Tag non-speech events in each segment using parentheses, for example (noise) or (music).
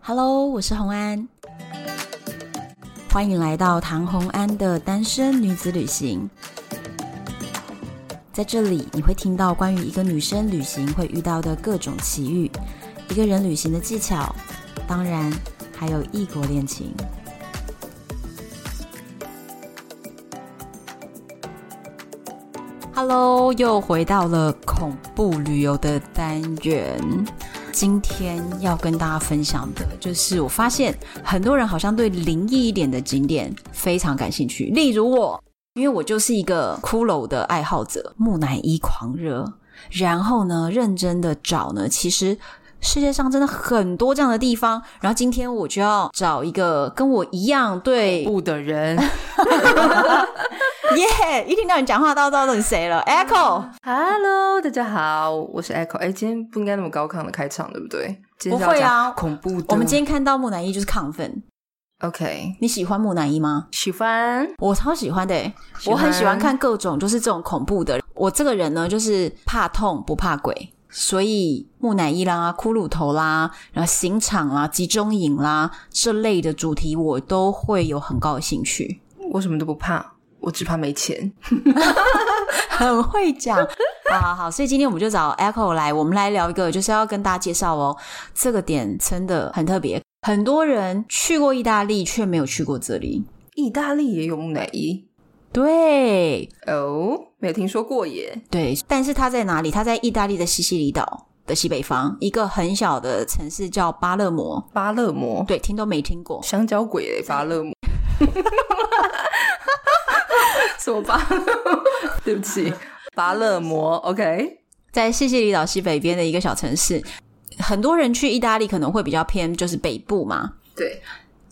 Hello，我是红安，欢迎来到唐红安的单身女子旅行。在这里，你会听到关于一个女生旅行会遇到的各种奇遇，一个人旅行的技巧，当然还有异国恋情。Hello，又回到了恐怖旅游的单元。今天要跟大家分享的就是，我发现很多人好像对灵异一点的景点非常感兴趣，例如我，因为我就是一个骷髅的爱好者，木乃伊狂热。然后呢，认真的找呢，其实世界上真的很多这样的地方。然后今天我就要找一个跟我一样对不的人耶一听到你讲话，大家都知道你谁了，Echo。 (laughs) ，Hello，大家好，我是 Echo。哎，今天不应该那么高亢的开场，对不对？今天是不会要啊讲恐怖的。我们今天看到木乃伊就是亢奋。 OK，你喜欢木乃伊吗？喜欢我超喜欢的欸、喜我欢很喜欢看各种就是这种恐怖的。我这个人呢，就是怕痛不怕鬼，所以木乃伊啦、骷髅头啦、然后刑场啦、集中营啦这类的主题，我都会有很高的兴趣。 (laughs) 我什么都不怕，我只怕没钱。很会讲。好好好，所以今天我们就找 Echo 来，我们来聊一个，就是要跟大家介绍哦，这个点真的很特别。很多人去过意大利，却没有去过这里。意大利也有木乃伊对哦，没有听说过耶。对，但是它在哪里？它在意大利的西西里岛的西北方，一个很小的城市叫巴勒摩。巴勒摩，对，听都没听过。香蕉鬼耶，巴勒摩。 (laughs) 什么巴勒摩？ (laughs) 对不起，巴勒摩。OK，在西西里岛西北边的一个小城市。很多人去意大利可能会比较偏就是北部嘛，对，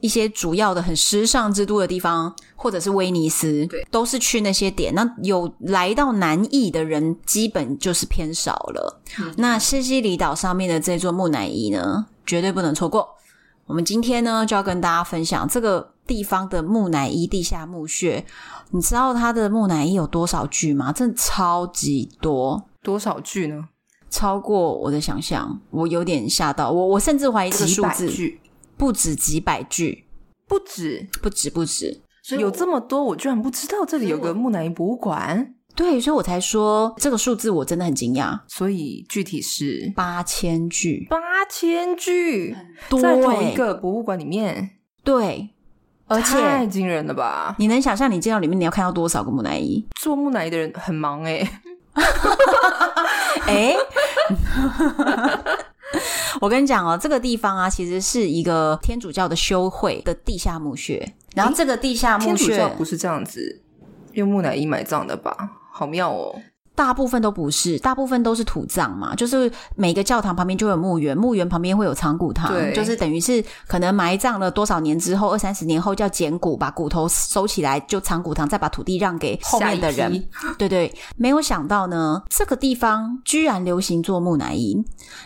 一些主要的很时尚之都的地方，或者是威尼斯，对，都是去那些点。那有来到南意的人，基本就是偏少了。嗯那西西里岛上面的这座木乃伊呢，绝对不能错过。我们今天呢，就要跟大家分享这个地方的木乃伊地下墓穴。你知道它的木乃伊有多少具吗？真的超级多。多少句呢？超过我的想象，我有点吓到我，我甚至怀疑这个几数百字句，不止几百句，不止。不止不止，有这么多，我居然不知道这里有个木乃伊博物馆。对，所以我才说这个数字我真的很惊讶，所以具体是八千句，八千句，多在同欸一个博物馆里面，对，而太且惊人了吧！你能想象你见到里面你要看到多少个木乃伊？做木乃伊的人很忙哎、哎、 (laughs) 我跟你讲哦，这个地方啊，其实是一个天主教的修会的地下墓穴，然后这个地下天墓主穴教不是这样子用木乃伊埋葬的吧？好妙哦！大部分都不是，大部分都是土葬嘛，就是每个教堂旁边就有墓园，墓园旁边会有藏骨堂，对就是等于是可能埋葬了多少年之后，二三十年后叫捡骨，把骨头收起来就藏骨堂，再把土地让给后面的下人。一批对对，没有想到呢，这个地方居然流行做木乃伊，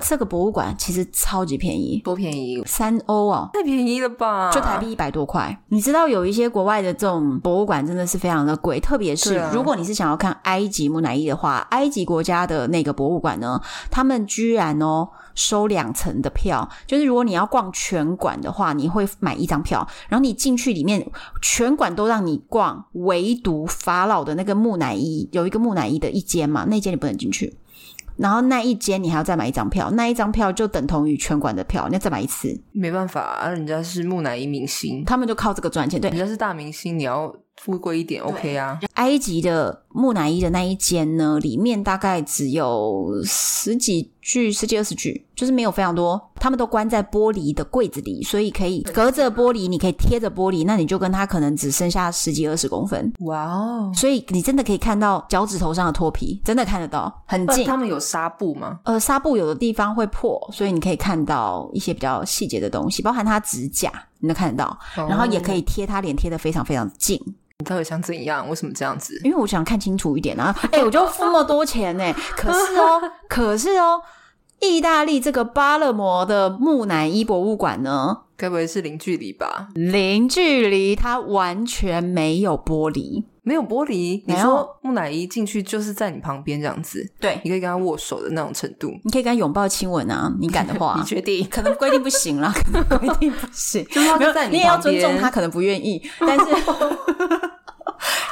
这个博物馆其实超级便宜，多便宜，三欧哦。太便宜了吧？就台币一百多块，你知道有一些国外的这种博物馆真的是非常的贵，特别是对啊如果你是想要看埃及木乃伊的话，埃及国家的那个博物馆呢，他们居然哦收两层的票，就是如果你要逛全馆的话，你会买一张票，然后你进去里面全馆都让你逛，唯独法老的那个木乃伊有一个木乃伊的一间嘛，那间你不能进去。然后那一间你还要再买一张票，那一张票就等同于全馆的票，你要再买一次，没办法、啊，人家是木乃伊明星，他们就靠这个赚钱。对，人家是大明星，你要富贵一点，OK 啊？埃及的木乃伊的那一间呢，里面大概只有十几具、十几二十具，就是没有非常多。他们都关在玻璃的柜子里，所以可以隔着玻璃，你可以贴着玻璃，那你就跟他可能只剩下十几二十公分，哇哦！所以你真的可以看到脚趾头上的脱皮，真的看得到，很那近。他们有纱布吗？呃，纱布有的地方会破，所以你可以看到一些比较细节的东西，包含他指甲，你都看得到。然后也可以，以贴他脸贴得非常非常近，哦你到底想怎样？为什么这样子？因为我想看清楚一点啊。哎、我就付那么多钱呢、可是哦，可是哦，意大利这个巴勒摩的木乃伊博物馆呢，该不会是零距离吧？零距离它完全没有玻璃，没有玻璃，你没有说木乃伊进去就是在你旁边这样子，对，你可以跟他握手的那种程度。你可以跟他拥抱亲吻啊， (laughs) 你敢的话你。确定？可能规定不行啦，可能规定不 (laughs) 行，就是他没有就在，你也要旁尊边，重他，可能不愿意，但 (laughs) 是，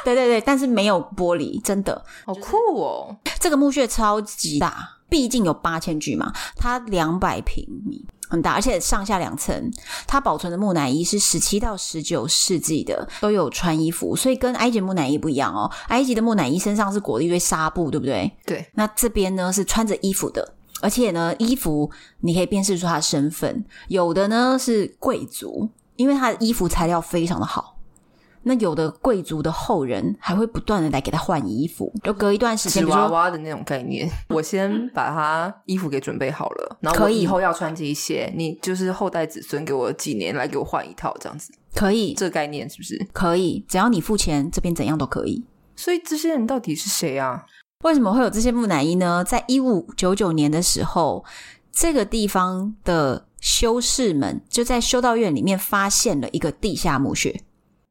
对对对，但是没有玻璃，真的，好酷哦！这个墓穴超级大，毕竟有八千具嘛，它两百平米。很大，而且上下两层。它保存的木乃伊是十七到十九世纪的，都有穿衣服，所以跟埃及木乃伊不一样哦。埃及的木乃伊身上是裹了一堆纱布，对不对？对，那这边呢是穿着衣服的，而且呢衣服你可以辨识出他的身份，有的呢是贵族，因为他的衣服材料非常的好。那有的贵族的后人还会不断的来给他换衣服，就隔一段时间，比纸如娃说娃的那种概念。我先把他衣服给准备好 (laughs) 了，然后我可以以后要穿这一些，你就是后代子孙给我几年来给我换一套这样子，可以，这个概念是不是？可以，只要你付钱，这边怎样都可以。所以这些人到底是谁啊？为什么会有这些木乃伊呢？在一五九九年的时候，这个地方的修士们就在修道院里面发现了一个地下墓穴。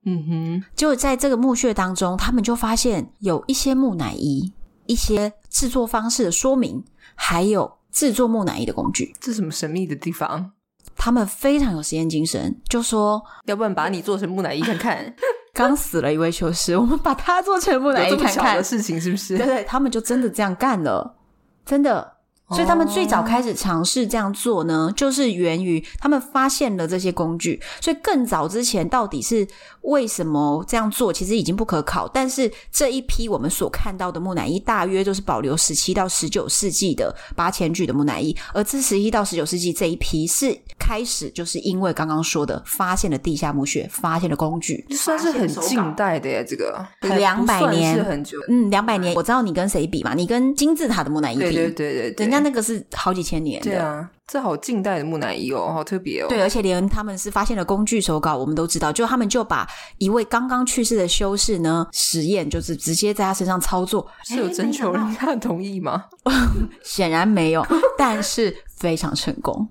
嗯哼，就在这个墓穴当中，他们就发现有一些木乃伊、一些制作方式的说明，还有制作木乃伊的工具。这什么神秘的地方？他们非常有实验精神，就说要不然把你做成木乃伊看看，刚死了一位修士，我们把它做成 (laughs) 木乃有伊 (laughs) 这么看巧看的。事情是不对是？对，他们就真的这样干了，真的。所以他们最早开始尝试这样做呢，就是源于他们发现了这些工具。所以更早之前到底是为什么这样做，其实已经不可考。但是这一批我们所看到的木乃伊，大约就是保留十七到十九世纪的八千具的木乃伊，而这十一到十九世纪这一批是开始，就是因为刚刚说的发现了地下墓穴，发现了工具，这算是很近代的耶，这个200不算年是很久。嗯，两百年，我知道你跟谁比嘛？你跟金字塔的木乃伊比，对对对对对，人家那个是好几千年的，对啊，这好近代的木乃伊哦，好特别哦。对，而且连他们是发现了工具手稿，我们都知道，就他们就把一位刚刚去世的修士呢实验，就是直接在他身上操作，是有征求人家的同意吗？显然没 (laughs) 有，但是非常成功。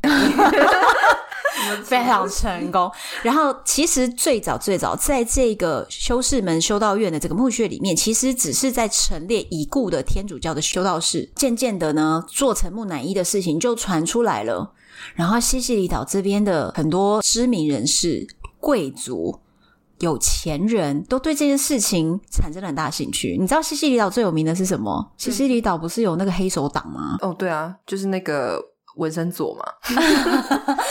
非常成功。然后，其实最早最早，在这个修士门修道院的这个墓穴里面，其实只是在陈列已故的天主教的修道士。渐渐的呢，做成木乃伊的事情就传出来了。然后，西西里岛这边的很多知名人士、贵族、有钱人都对这件事情产生了很大兴趣。你知道西西里岛最有名的是什么？西西里岛不是有那个黑手党吗？哦，对啊，就是那个纹身佐嘛，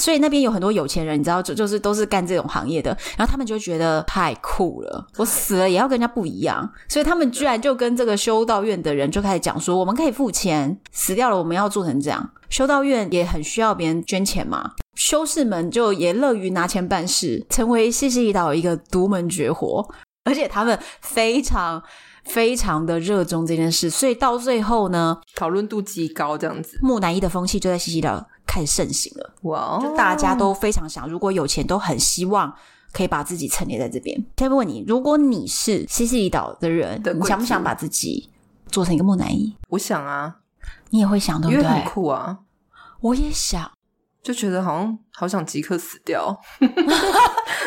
所以那边有很多有钱人，你知道，就就是都是干这种行业的，然后他们就觉得太酷了，我死了也要跟人家不一样，所以他们居然就跟这个修道院的人就开始讲说，我们可以付钱，死掉了我们要做成这样，修道院也很需要别人捐钱嘛。修士们就也乐于拿钱办事，成为西西里岛一个独门绝活，而且他们非常非常的热衷这件事，所以到最后呢，讨论度极高这样子。木乃伊的风气就在西西里岛开始盛行了。哇、就哦，大家都非常想，如果有钱，都很希望可以把自己陈列在这边。现在问你，如果你是西西里岛的人，的你贵想不族想把自己做成一个木乃伊？我想啊，你也会想，对因不为很对？酷啊，我也 (laughs) 想，就觉得好像好想即刻死掉，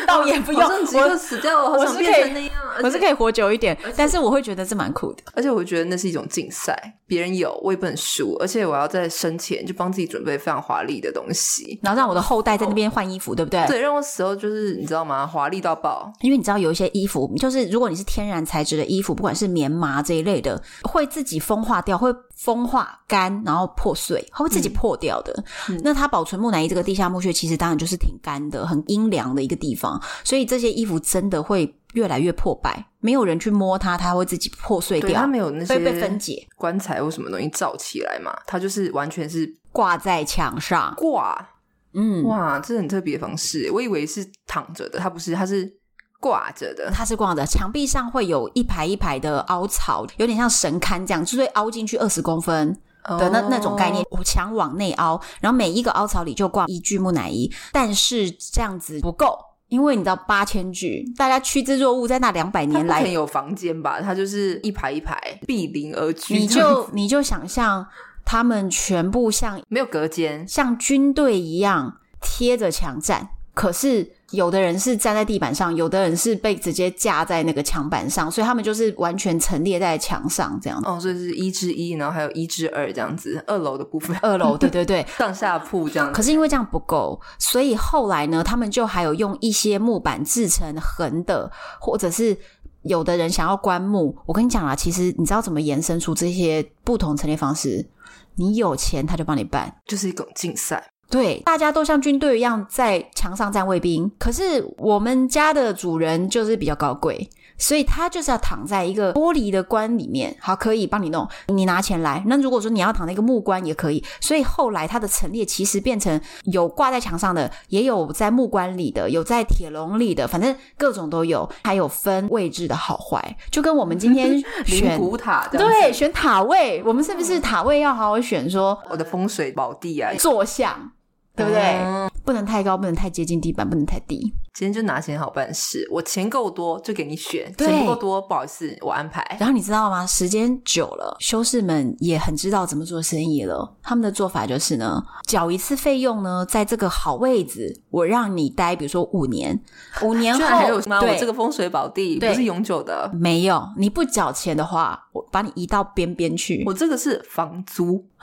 倒哦也不用，好像即刻我死掉，好我想是变可以成那样。而我是且可以活久一点，但是我会觉得这蛮酷的。而且我觉得那是一种竞赛，别人有我也不能输，而且我要在生前就帮自己准备非常华丽的东西。然后让我的后代在那边换衣服，对不对？对，让我死后就是你知道吗？华丽到爆，因为你知道有一些衣服，就是如果你是天然材质的衣服，不管是棉麻这一类的，会自己风化掉，会风化干，然后破碎，它会自己嗯破掉的。那它保存木乃伊这个地下墓穴，其实当然就是挺干的，很阴凉的一个地方，所以这些衣服真的会越来越破败，没有人去摸它，它会自己破碎对，掉它，没有那些会被分解，棺材或什么东西罩起来嘛，它就是完全是挂在墙上。挂嗯，哇，这很特别的方式。欸我以为是躺着的，它不是，它是挂着的。它是挂的，墙壁上会有一排一排的凹槽，有点像神龛这样，就是会凹进去二十公分，的哦那那种概念，墙往内凹，然后每一个凹槽里就挂一具木乃伊，但是这样子不够，因为你知道八千具，大家趋之若鹜，在那两百年它不可能来，有房间吧？它就是一排一排，毗邻而居。你这样就你就想象他们全部像没有隔间，像军队一样贴着墙站，可是有的人是站在地板上，有的人是被直接架在那个墙板上，所以他们就是完全陈列在墙上这样。哦，所以是一至一，然后还有一至二这样子，二楼的部分，二楼，哦对对对。 (laughs) 上下铺这样子。可是因为这样不够，所以后来呢，他们就还有用一些木板制成横的，或者是有的人想要棺木。我跟你讲啦，其实你知道怎么延伸出这些不同陈列方式？你有钱他就帮你办，就是一种竞赛，对，大家都像军队一样在墙上站卫兵。可是我们家的主人就是比较高贵，所以他就是要躺在一个玻璃的棺里面。好，可以帮你弄，你拿钱来。那如果说你要躺在一个木棺也可以。所以后来它的陈列其实变成有挂在墙上的，也有在木棺里的，有在铁笼里的，反正各种都有，还有分位置的好坏，就跟我们今 (laughs) 天灵选。骨塔这样子。嗯对，选塔位，我们是不是塔位要好好选说呃我的风水宝地啊，坐向，对不对？嗯不能太高，不能太接近地板，不能太低。今天就拿钱好办事，我钱够多就给你选，对钱不够多不好意思，我安排。然后你知道吗？时间久了，修士们也很知道怎么做生意了。他们的做法就是呢，缴一次费用呢，在这个好位置，我让你待，比如说五年，五年 (laughs) 居后然还有吗？对我这个风水宝地对不是永久的，没有，你不缴钱的话，我把你移到边边去我。这个是房租， (laughs)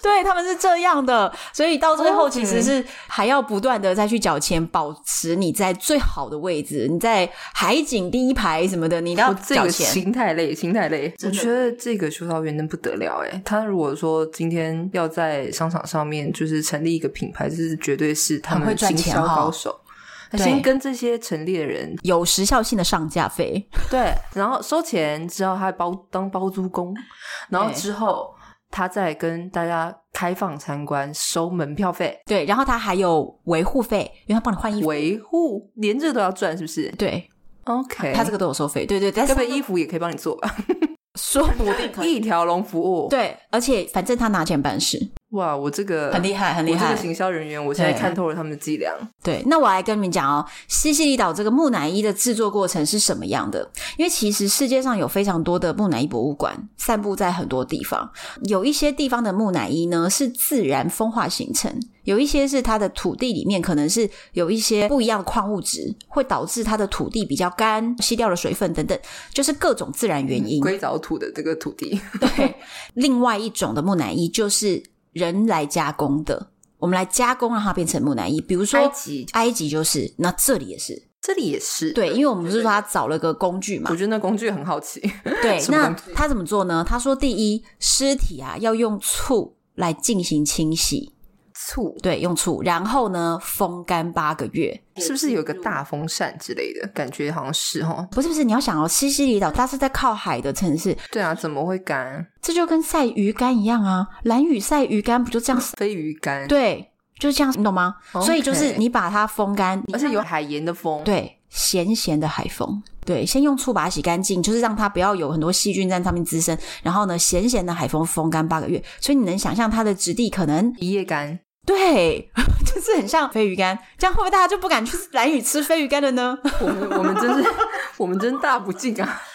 对，他们是这样的，所以到最后哦 OK 其实是还要不断的再去缴钱，保持你在最好的位置，你在海景第一排什么的，你都要我这缴个钱。心太累，心太累。我的觉得这个修道院真不得了哎、他如果说今天要在商场上面就是成立一个品牌，这是绝对是他很会们赚行钱销哈高手。对先跟这些陈列人有时效性的上架费，对，然后收钱之后，他还包当包租公，然后对之后他再跟大家开放参观，收门票费、对，然后他还有维护费，因为他帮你换衣服，维护，连这个都要赚，是不是对 (laughs)？OK，他这个都有收费，对对，但该是不会衣服也可以帮你 (laughs) 做吧？说不定一条龙服务，，对，而且反正他拿钱办事，哇，我这个很厉害，很厉我这害个。行销人员，我现在对看透了他们的伎俩。对，那我来跟你们讲哦，西西里岛这个木乃伊的制作过程是什么样的？因为其实世界上有非常多的木乃伊博物馆，散布在很多地方。有一些地方的木乃伊呢是自然风化形成，有一些是它的土地里面可能是有一些不一样的矿物质，会导致它的土地比较干，吸掉了水分等等，就是各种自然原因。硅藻土的这个土地，对，另外一种的木乃伊就是人来加工的，我们来加工让它变成木乃伊，比如说埃及埃及就是，那这里也是，这里也是对，因为我们不是说他找了个工具嘛我，觉得那工具很好奇，对，什么那工具他怎么做呢？他说，第一，尸体啊要用醋来进行清洗，醋对，用醋，然后呢风干八个月。是不是有个大风扇之类的感觉？好像是哦。不是不是，你要想哦，西西里岛它是在靠海的城市，对啊，怎么会干？这就跟晒鱼干一样啊。蓝雨晒鱼干不就这样晒？飞鱼干，对，就这样，你懂吗哦 OK 所以就是你把它风干，而且有海盐的风，，对，咸咸的海风。对，先用醋把它洗干净，就是让它不要有很多细菌在上面滋生。然后呢，咸咸的海风风干八个月，所以你能想象它的质地可能一夜干，对， (laughs) 就是很像飞鱼干。这样会不会大家就不敢去蓝屿吃飞鱼干了呢？我们我们真是我们真大不敬啊！ (laughs)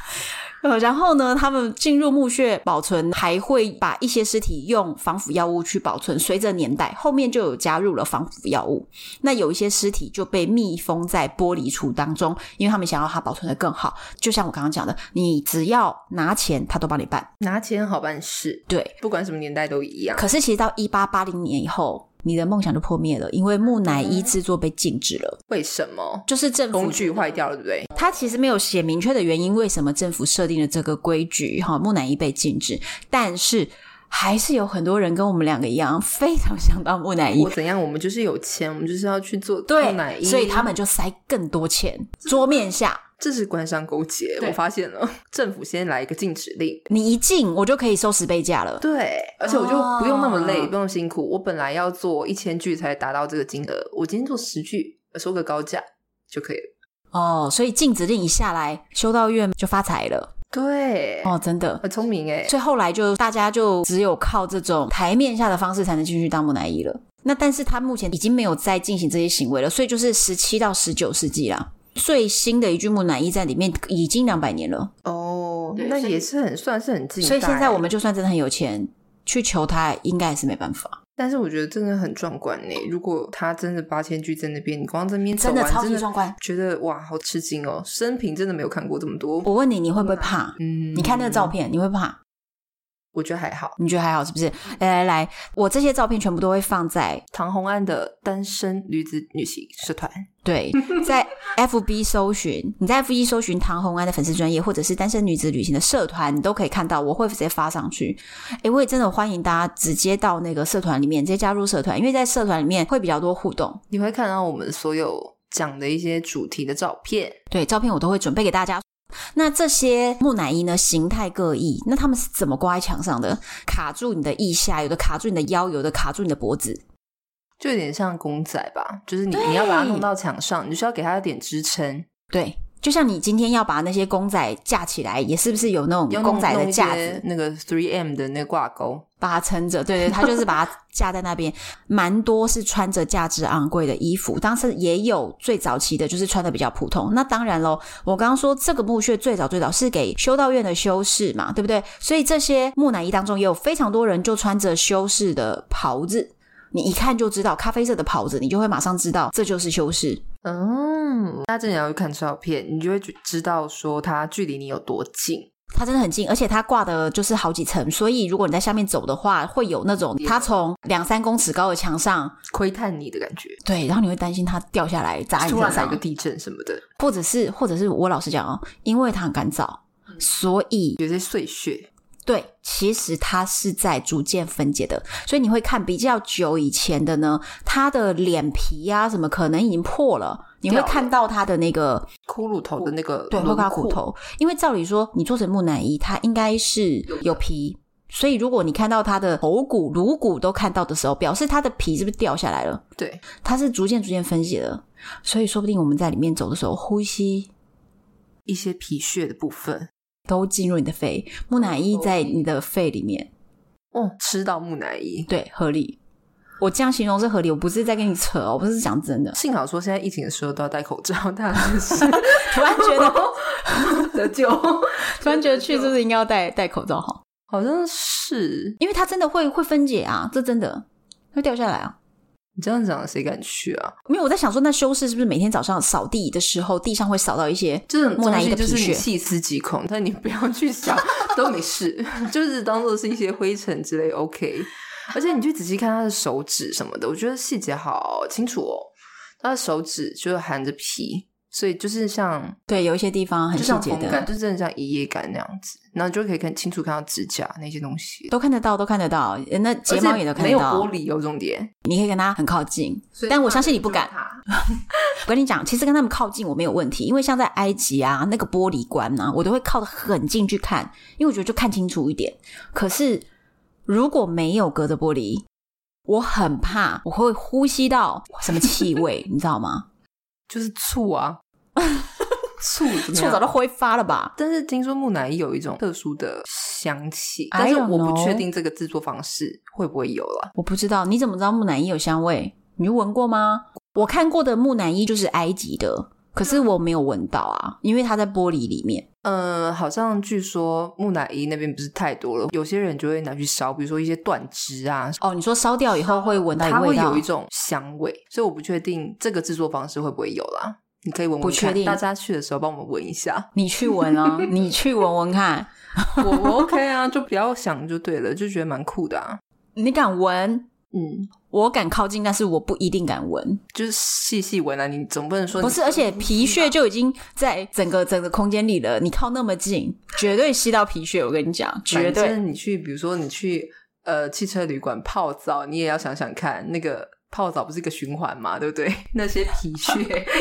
呃， (laughs) 然后呢，他们进入墓穴保存，还会把一些尸体用防腐药物去保存。随着年代，后面就有加入了防腐药物。那有一些尸体就被密封在玻璃橱当中，因为他们想要它保存的更好。就像我刚刚讲的，你只要拿钱，他都帮你办。拿钱好办事，对，不管什么年代都一样。可是其实到一八八零年以后，你的梦想就破灭了，因为木乃伊制作被禁止了，为什么就是政府工具坏掉了，对不对？他其实没有写明确的原因，为什么政府设定了这个规矩，哈，木乃伊被禁止，但是还是有很多人跟我们两个一样，非常想当木乃伊我。怎样？我们就是有钱，我们就是要去做木乃对，伊，所以他们就塞更多钱桌面下，这是官商勾结。对我发现了， (laughs) 政府先来一个禁止令，你一进我就可以收十倍价了。对，而且我就哦不用那么累，不用辛苦。我本来要做一千句才达到这个金额，我今天做十句，呃收个高价就可以了。哦，所以禁止令一下来，修道院就发财了。对，哦，真的。很聪明哎，所以后来就大家就只有靠这种台面下的方式才能进去当木乃伊了。那但是他目前已经没有在进行这些行为了，所以就是十七到十九世纪啦。最新的一具木乃伊在里面已经两百年了，哦，那也是很算是很近代。所以现在我们就算真的很有钱，去求他应该也是没办法。但是我觉得真的很壮观呢、如果他真的八千句在那边，你光这边走真的完，真的超级壮观。觉得哇，好吃惊哦！生平真的没有看过这么多。我问你，你会不会怕？嗯，你看那个照，片，你会怕？我觉得还好。你觉得还好是不是？来来来，我这些照片全部都会放在唐红安的单身女子女性社团，对，在 FB 搜寻，你在 FB 搜寻唐红安的粉丝专业，或者是单身女子旅行的社团，你都可以看到，我会直接发上去。诶，我也真的欢迎大家直接到那个社团里面，直接加入社团，因为在社团里面会比较多互动。你会看到我们所有讲的一些主题的照片。对，照片我都会准备给大家。那这些木乃伊呢，形态各异，那他们是怎么挂在墙上的？卡住你的腋下，有的卡住你的腰，有的卡住你的脖子。就有点像公仔吧，就是你对你要把它弄到墙上，你需要给它一点支撑，对，就像你今天要把那些公仔架起来，也是不是有那要种弄公仔弄的一架些子？那个 three M 的那个挂钩，把它撑着，对对，他就是把它架在那边，蛮多是穿着价值昂贵的衣服，当时也有最早期的，就是穿的比较普通。那当然喽，我刚刚说这个墓穴最早最早是给修道院的修士嘛，对不对？所以这些木乃伊当中也有非常多人就穿着修士的袍子，你一看就知道咖啡色的袍子，你就会马上知道这就是修士。哦嗯，那真的要去看照片，你就会觉知道说它距离你有多近。它真的很近，而且它挂的就是好几层，所以如果你在下面走的话，会有那种它从两三公尺高的墙上，窥探你的感觉，对，然后你会担心它掉下来砸你突身然来啊个上，地震什么的，或者是或者是我老实讲哦，因为它很干燥，所以有些碎屑。对，其实它是在逐渐分解的，所以你会看比较久以前的呢，它的脸皮呀、什么可能已经破了。你会掉了看到它的那个骷髅头的那个对，会轮刮廓骨，头，因为照理说你做成木乃伊，它应该是有皮，所以如果你看到它的头骨、颅骨都看到的时候，表示它的皮是不是掉下来了？对，它是逐渐逐渐分解的，所以说不定我们在里面走的时候，呼吸一些皮屑的部分。都进入你的肺，木乃伊在你的肺里面，哦，吃到木乃伊。对，合理。我这样形容是合理，我不是在跟你扯哦，我不是讲真 (laughs) 的。幸好说现在疫情的时候都要戴口罩，大家就是 (laughs) 突然觉哦得， (laughs) 得救， (laughs) 突然觉得哦去是不是应该要戴戴口罩好？好像是因为它真的会会分解啊，这真的会掉下来啊。你这样讲，谁敢去啊？因为我在想说，那修士是不是每天早上扫地的时候，地上会扫到一些这种木东乃伊西的皮就是你屑？细思极恐，但你不要去想， (laughs) 都没事， (laughs) 就是当做是一些灰尘之类，OK。而且你去仔细看他的手指什么的，我觉得细节好清楚哦。他的手指就是含着皮，所以就是像对，有一些地方很就细像节风感，的，就真的像一夜感那样子，然后你就可以看清楚看到指甲那些东西，都看得到，都看得到，那而睫且毛也都看没得有到玻。璃有重点，你可以跟他很靠近，但我相信你不敢。我跟你讲，其实跟他们靠近我没有问题，因为像在埃及啊，那个玻璃棺啊，我都会靠得很近去看，因为我觉得就看清楚一点。可是如果没有隔着玻璃，我很怕我会呼吸到什么气味，你知道吗？ (laughs) 就是醋啊，醋怎么臭样早就挥发了吧？但是听说木乃伊有一种特殊的香气，但 I 是 don't 我不 know 确定这个制作方式会不会有了。我不知道，你怎么知道木乃伊有香味？你就闻过吗？我看过的木乃伊就是埃及的，可是我没有闻到啊，因为它在玻璃里面。呃，好像据说木乃伊那边不是太多了，有些人就会拿去烧，比如说一些断枝啊，哦，你说烧掉以后会闻到它味会道有一，种香味，所以我不确定这个制作方式会不会有啦。你可以闻闻看，不确定。大家去的时候帮我们闻一下你去闻啊，你去闻闻看，我我 OK 啊，就不要想就对了，就觉得蛮酷 (laughs) 的啊。你敢闻？嗯，我敢靠近，但是我不一定敢闻。就是细细闻啊，你总不能说不哦你是，而且皮屑就已经在整个整个空间里了，你靠那么近，绝对吸到皮屑。我跟你讲，绝反对。正你去，比如说你去呃汽车旅馆泡澡，你也要想想看，那个泡澡不是一个循环嘛，对不 (laughs) 对？那些 (laughs) 皮屑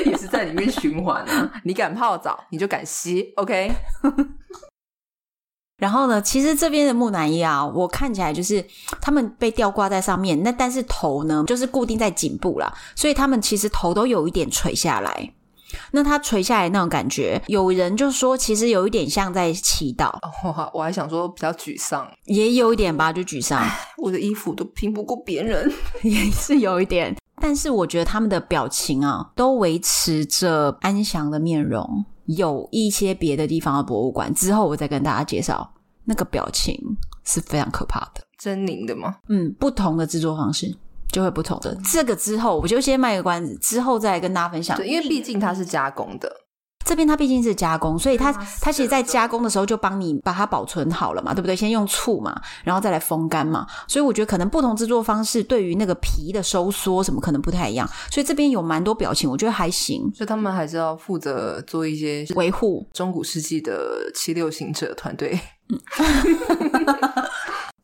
也是在里面循环啊。你敢泡澡，你就敢吸，OK？然后呢，其实这边的木乃伊啊，我看起来就是他们被吊挂在上面，那但是头呢，就是固定在颈部啦，所以他们其实头都有一点垂下来。那它垂下来那种感觉，有人就说其实有一点像在祈祷，哇，哦我还想说比较沮丧，也有一点吧，就沮丧。我的衣服都拼不过别人。也是有一点。但是我觉得他们的表情啊，都维持着安详的面容。有一些别的地方的博物馆，之后我再跟大家介绍，那个表情是非常可怕的。狰狞的吗？嗯，不同的制作方式就会不同的。这个之后我就先卖个关子，之后再跟大家分享。对，因为毕竟它是加工的，这边它毕竟是加工，所以啊它它其实在加工的时候就帮你把它保存好了嘛，对不对？先用醋嘛，然后再来风干嘛。所以我觉得可能不同制作方式对于那个皮的收缩什么可能不太一样，所以这边有蛮多表情，我觉得还行。所以他们还是要负责做一些维护中古世纪的七六行者团队。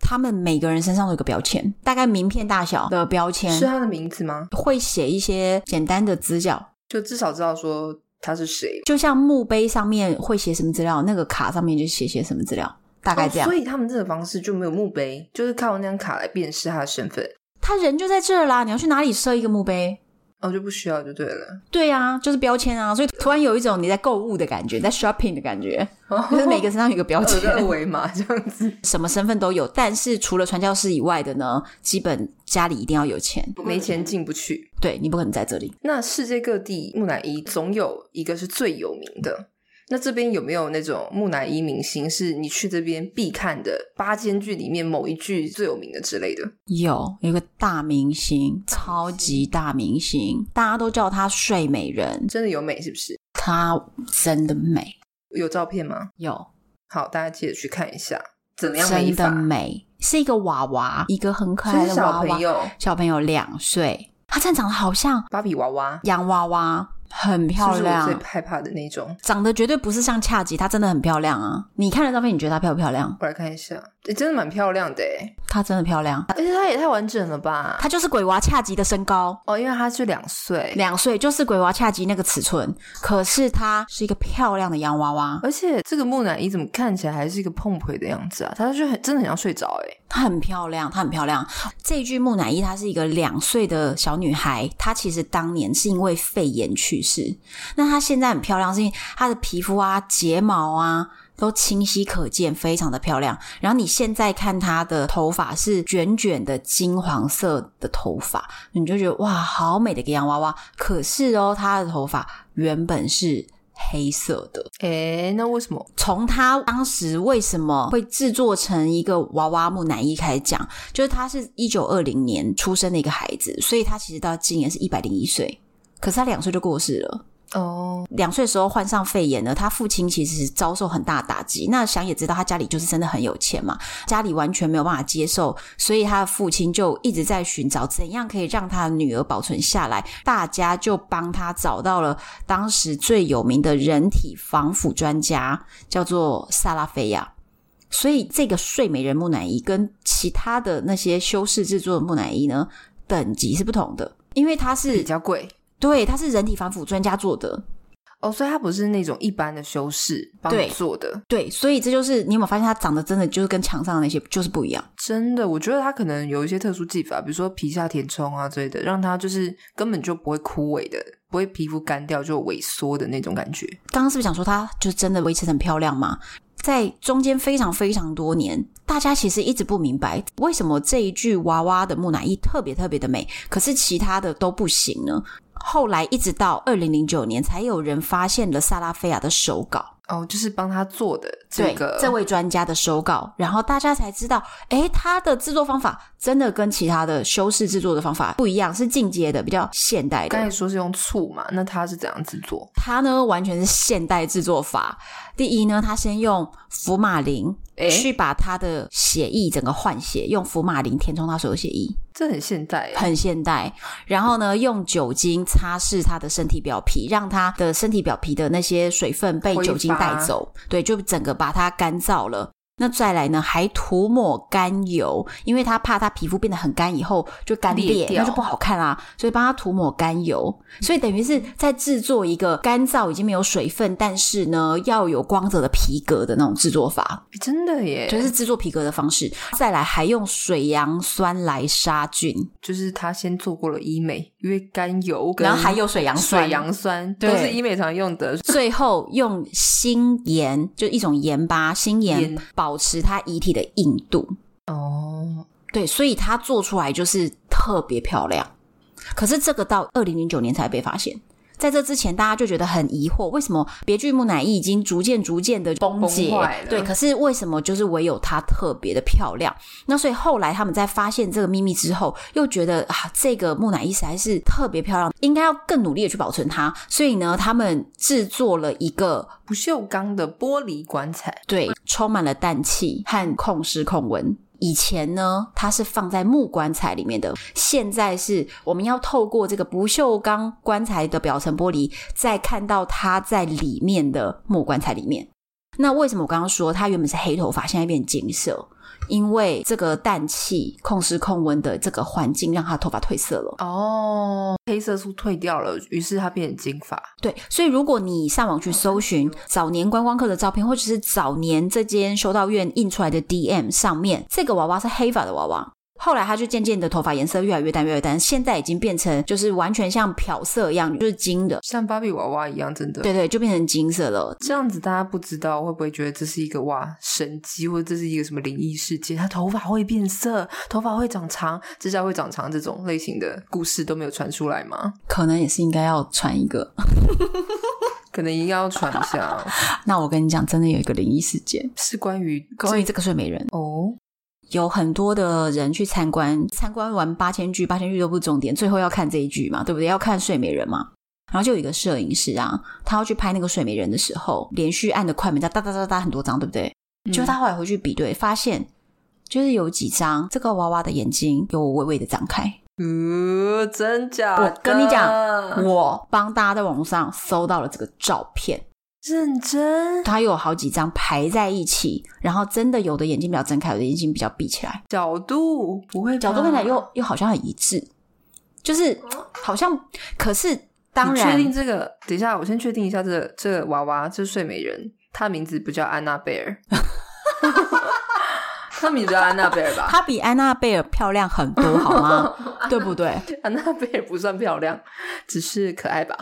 他们每个人身上都有个标签，大概名片大小的标是啊签，他的名字吗？会写一些简单的资料，就至少知道说他是谁。就像墓碑上面会写什么资料，那个卡上面就写些什么资料，大概这样。哦所以他们这个方式就没有墓碑，就是靠那张卡来辨识他的身份，他人就在这儿啦，你要去哪里设一个墓碑？哦，就不需要就对了。对啊，就是标签啊，所以突然有一种你在购物的感觉，在 shopping 的感 (laughs) 觉， (laughs) 就是每个身上有一个标有个二签，维码这样子，什么身份都有。但是除了传教士以外的呢，基本家里一定要有钱，没钱进不去。对你不可能在这里。那世界各地木乃伊总有一个是最有名的。那这边有没有那种木乃伊明星是你去这边必看的八间剧里面某一剧最有名的之类的？有有个大明星，超级大明星，大家都叫她睡美人，真的有美是不是？她真的美，有照片吗？有好，大家记得去看一下，怎么样美真的法？美，是一个娃娃，一个很可所爱以的是娃小娃朋，友小朋友两岁，她真的长得好像芭比娃娃，洋娃娃，很漂是不是我亮。最害怕的那种。长得绝对不是像恰吉，她真的很漂亮啊！你看了照片，你觉得她漂不漂亮？我来看一下，诶真的蛮漂亮的诶她真的漂亮，而且她也太完整了吧？她就是鬼娃恰吉的身高，哦，因为她是两岁，两岁就是鬼娃恰吉那个尺寸，可是她是一个漂亮的洋娃娃，而且这个木乃伊怎么看起来还是一个碰腿的样子啊？她就很真的很像睡着诶她很漂亮，她很漂亮。这一具木乃伊，她是一个两岁的小女孩，她其实当年是因为肺炎去世，那她现在很漂亮，是因为她的皮肤啊、睫毛啊。都清晰可见，非常的漂亮。然后你现在看她的头发是卷卷的金黄色的头发，你就觉得哇，好美的一个洋娃娃。可是哦，她的头发原本是黑色的，诶那为什么？从他当时为什么会制作成一个娃娃木乃伊开始讲，就是他是一九二零年出生的一个孩子，所以他其实到今年是一百零一岁，可是他两岁就过世了。哦，两岁的时候患上肺炎呢，他父亲其实遭受很大的打击。那想也知道，他家里就是真的很有钱嘛，家里完全没有办法接受，所以他的父亲就一直在寻找怎样可以让他的女儿保存下来。大家就帮他找到了当时最有名的人体防腐专家，叫做萨拉菲亚。所以这个睡美人木乃伊跟其他的那些修饰制作的木乃伊呢，等级是不同的，因为它比是较贵对它是人体防腐专家做的，哦，所以它不是那种一般的修饰帮对你做的。对，所以这就是你有没有发现它长得真的就是跟墙上的那些就是不一样？真的，我觉得它可能有一些特殊技法，比如说皮下填充啊之类的，让它就是根本就不会枯萎的，不会皮肤干掉就萎缩的那种感觉。刚刚是不是讲说它就真的维持得很漂亮嘛？在中间非常非常多年，大家其实一直不明白为什么这一具娃娃的木乃伊特别特别的美，可是其他的都不行呢？后来一直到二零零九年，才有人发现了萨拉菲亚的手稿。哦，就是帮他做的对这个这位专家的手稿，然后大家才知道，诶，他的制作方法真的跟其他的修饰制作的方法不一样，是进阶的，比较现代的。刚才说是用醋嘛，那他是怎样制作？它呢完全是现代制作法。第一呢，它先用福马林诶去把它的血液整个换血，用福马林填充它所有血液，这很现代耶，很现代。然后呢，用酒精擦拭它的身体表皮，让它的身体表皮的那些水分被挥酒精带发走，对，就整个把它干燥了。那再来呢，还涂抹甘油，因为他怕他皮肤变得很干以后就干裂裂，掉那就不好看啦、所以帮他涂抹甘油，所以等于是在制作一个干燥已经没有水分，但是呢要有光泽的皮革的那种制作法，真的耶，就是制作皮革的方式。再来还用水杨酸来杀菌，就是他先做过了医美，因为甘油跟然后还有水杨酸，水杨酸对都是医美常用的。最后用锌盐，就一种盐巴，锌盐盐保持它遗体的硬度。哦，对，所以它做出来就是特别漂亮。可是这个到二零零九年才被发现，在这之前，大家就觉得很疑惑，为什么别具木乃伊已经逐渐逐渐的崩解崩坏了对，可是为什么就是唯有它特别的漂亮？那所以后来他们在发现这个秘密之后，又觉得啊，这个木乃伊实在是特别漂亮，应该要更努力的去保存它。所以呢，他们制作了一个不锈钢的玻璃棺材，对，充满了氮气和控湿控温。以前呢，它是放在木棺材里面的，现在是我们要透过这个不锈钢棺材的表层玻璃，再看到它在里面的木棺材里面。那为什么我刚刚说它原本是黑头发，现在变金色？因为这个氮气控湿控温的这个环境，让它头发褪色了。哦，黑色素退掉了，于是它变成金发。对，所以如果你上网去搜寻早年观光客的照片，或者是早年这间修道院印出来的 DM 上面，这个娃娃是黑发的娃娃。后来他就渐渐的头发颜色越来越淡，越来越淡，现在已经变成就是完全像漂色一样，就是金的。像芭比娃娃一样，真的。对对，就变成金色了。这样子大家不知道会不会觉得这是一个哇神机，或者这是一个什么灵异事件？他头发会变色，头发会长长，指甲会长长，这种类型的故事都没有传出来吗？可能也是应该要传一个。 (laughs) 可能应该要传一下哦，那我跟你讲，真的有一个灵异事件，是关于关于这个睡美人。哦，有很多的人去参观，参观完八千句，八千句都不是重点，最后要看这一句嘛，对不对？要看睡美人嘛。然后就有一个摄影师啊，他要去拍那个睡美人的时候，连续按的快门，这样哒哒哒哒很多张，对不对？嗯就他后来回去比对，发现就是有几张这个娃娃的眼睛有微微的张开。嗯，呃，真假的？我跟你讲嗯我帮大家在网络上搜到了这个照片，认真它有好几张排在一起，然后真的有的眼睛比较睁开，有的眼睛比较闭起来。角度不会吧角度看起来又又好像很一致，就是好像，可是当你确然定这个？等一下，我先确定一下这个这个娃娃，这睡美人，她的名字不叫安娜贝 (laughs) 尔，她名字叫安娜贝尔吧？她比安娜贝尔漂亮很多， (laughs) 好吗？对不对？安娜贝尔不算漂亮，只是可爱吧？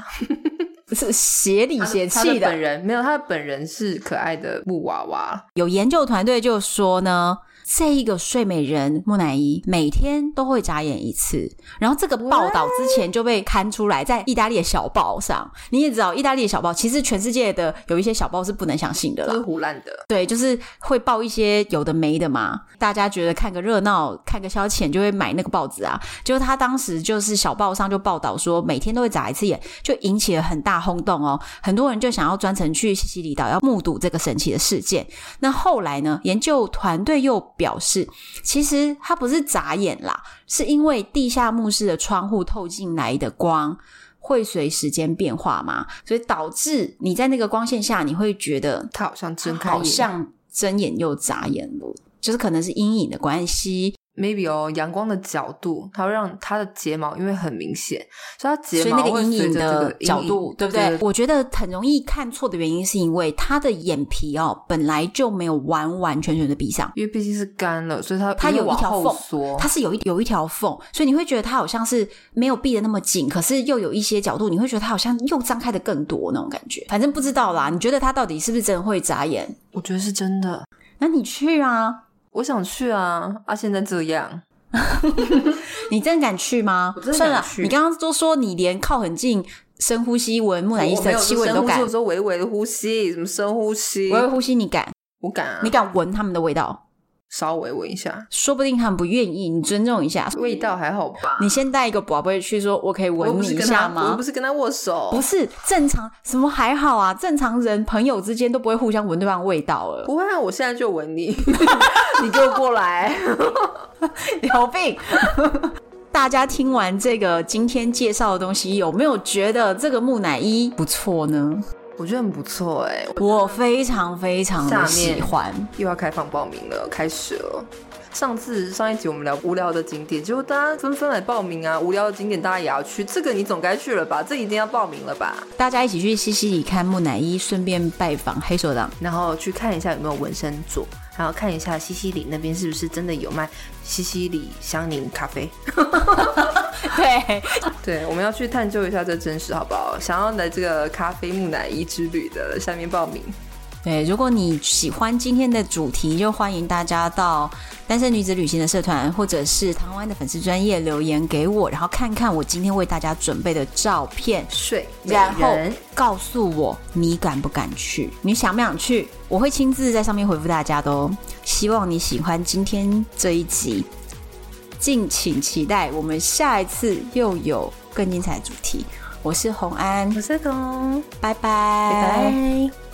是邪里邪她气本人没有，她的本人是可爱的木娃娃，有研究团队就说呢，这一个睡美人木乃伊每天都会眨眼一次。然后这个报道之前就被刊出来在意大利的小报上。你也知道，意大利的小报其实全世界的有一些小报是不能相信的都啦是。胡乱的。对，就是会报一些有的没的嘛，大家觉得看个热闹、看个消遣，就会买那个报纸啊。就是他当时就是小报上就报道说，每天都会眨一次眼，就引起了很大轰动哦。很多人就想要专程去西西里岛，要目睹这个神奇的事件。那后来呢，研究团队又表示，其实它不是眨眼啦，是因为地下墓室的窗户透进来的光。会随时间变化嘛，所以导致你在那个光线下，你会觉得她好像睁开好眼像睁眼又眨眼了，就是可能是阴影的关系， maybe 哦，阳光的角度，它会让她的睫毛因为很明显，所以她所以睫毛那会阴随影着这的个阴角影度，对不对对？我觉得很容易看错的原因是因为他的眼皮哦本来就没有完完全全的闭上，因为毕竟是干了，所以它它有一往条后缝缩，它是有一有一条缝，所以你会觉得它好像是没有闭的那么紧，可是又有一些角度，你会觉得它好像又张开的更多那种感觉。反正不知道啦，你觉得它到底是不是真的会眨眼？我觉得是真的。那你去啊，我想去啊，啊，现在这样，你真的敢去吗？我真的算了敢，去你刚刚都说你连靠很近、深呼吸、闻木乃伊的气味你都我没敢有说深呼吸我，说微微的呼吸，什么深呼吸，微微呼吸你敢？我敢、啊，你敢闻他们的味道？稍微闻一下，说不定他们不愿意，你尊重一下。味道还好吧？你先带一个宝贝去说，我可以我闻不你是一跟下他，我吗不？是跟他握手，不是正常，什么还好啊？正常人朋友之间都不会互相闻对方的味道了，不会啊，我现在就吻 (laughs) 你， (laughs) 你给我过来。有病！ (laughs) 大家听完这个今天介绍的东西，有没有觉得这个木乃伊不错呢？我觉得很不错哎、我非常非常的下面喜欢。又要开放报名了，开始了。上次上一集我们聊无聊的景点，结果大家纷纷来报名啊！无聊的景点大家也要去，这个你总该去了吧？这一定要报名了吧？大家一起去西西里看木乃伊，顺便拜访黑手党。然后去看一下有没有纹身做，然后看一下西西里那边是不是真的有卖西西里香柠咖啡。对，对，我们要去探究一下这真实好不好？想要来这个咖啡木乃伊之旅的，下面报名。对，如果你喜欢今天的主题，就欢迎大家到单身女子旅行的社团，或者是台湾的粉丝专业留言给我，然后看看我今天为大家准备的照片，睡美然后人告诉我你敢不敢去，你想不想去？我会亲自在上面回复大家的哦。希望你喜欢今天这一集，敬请期待我们下一次又有更精彩的主题。我是红安，我是公，拜拜，拜拜。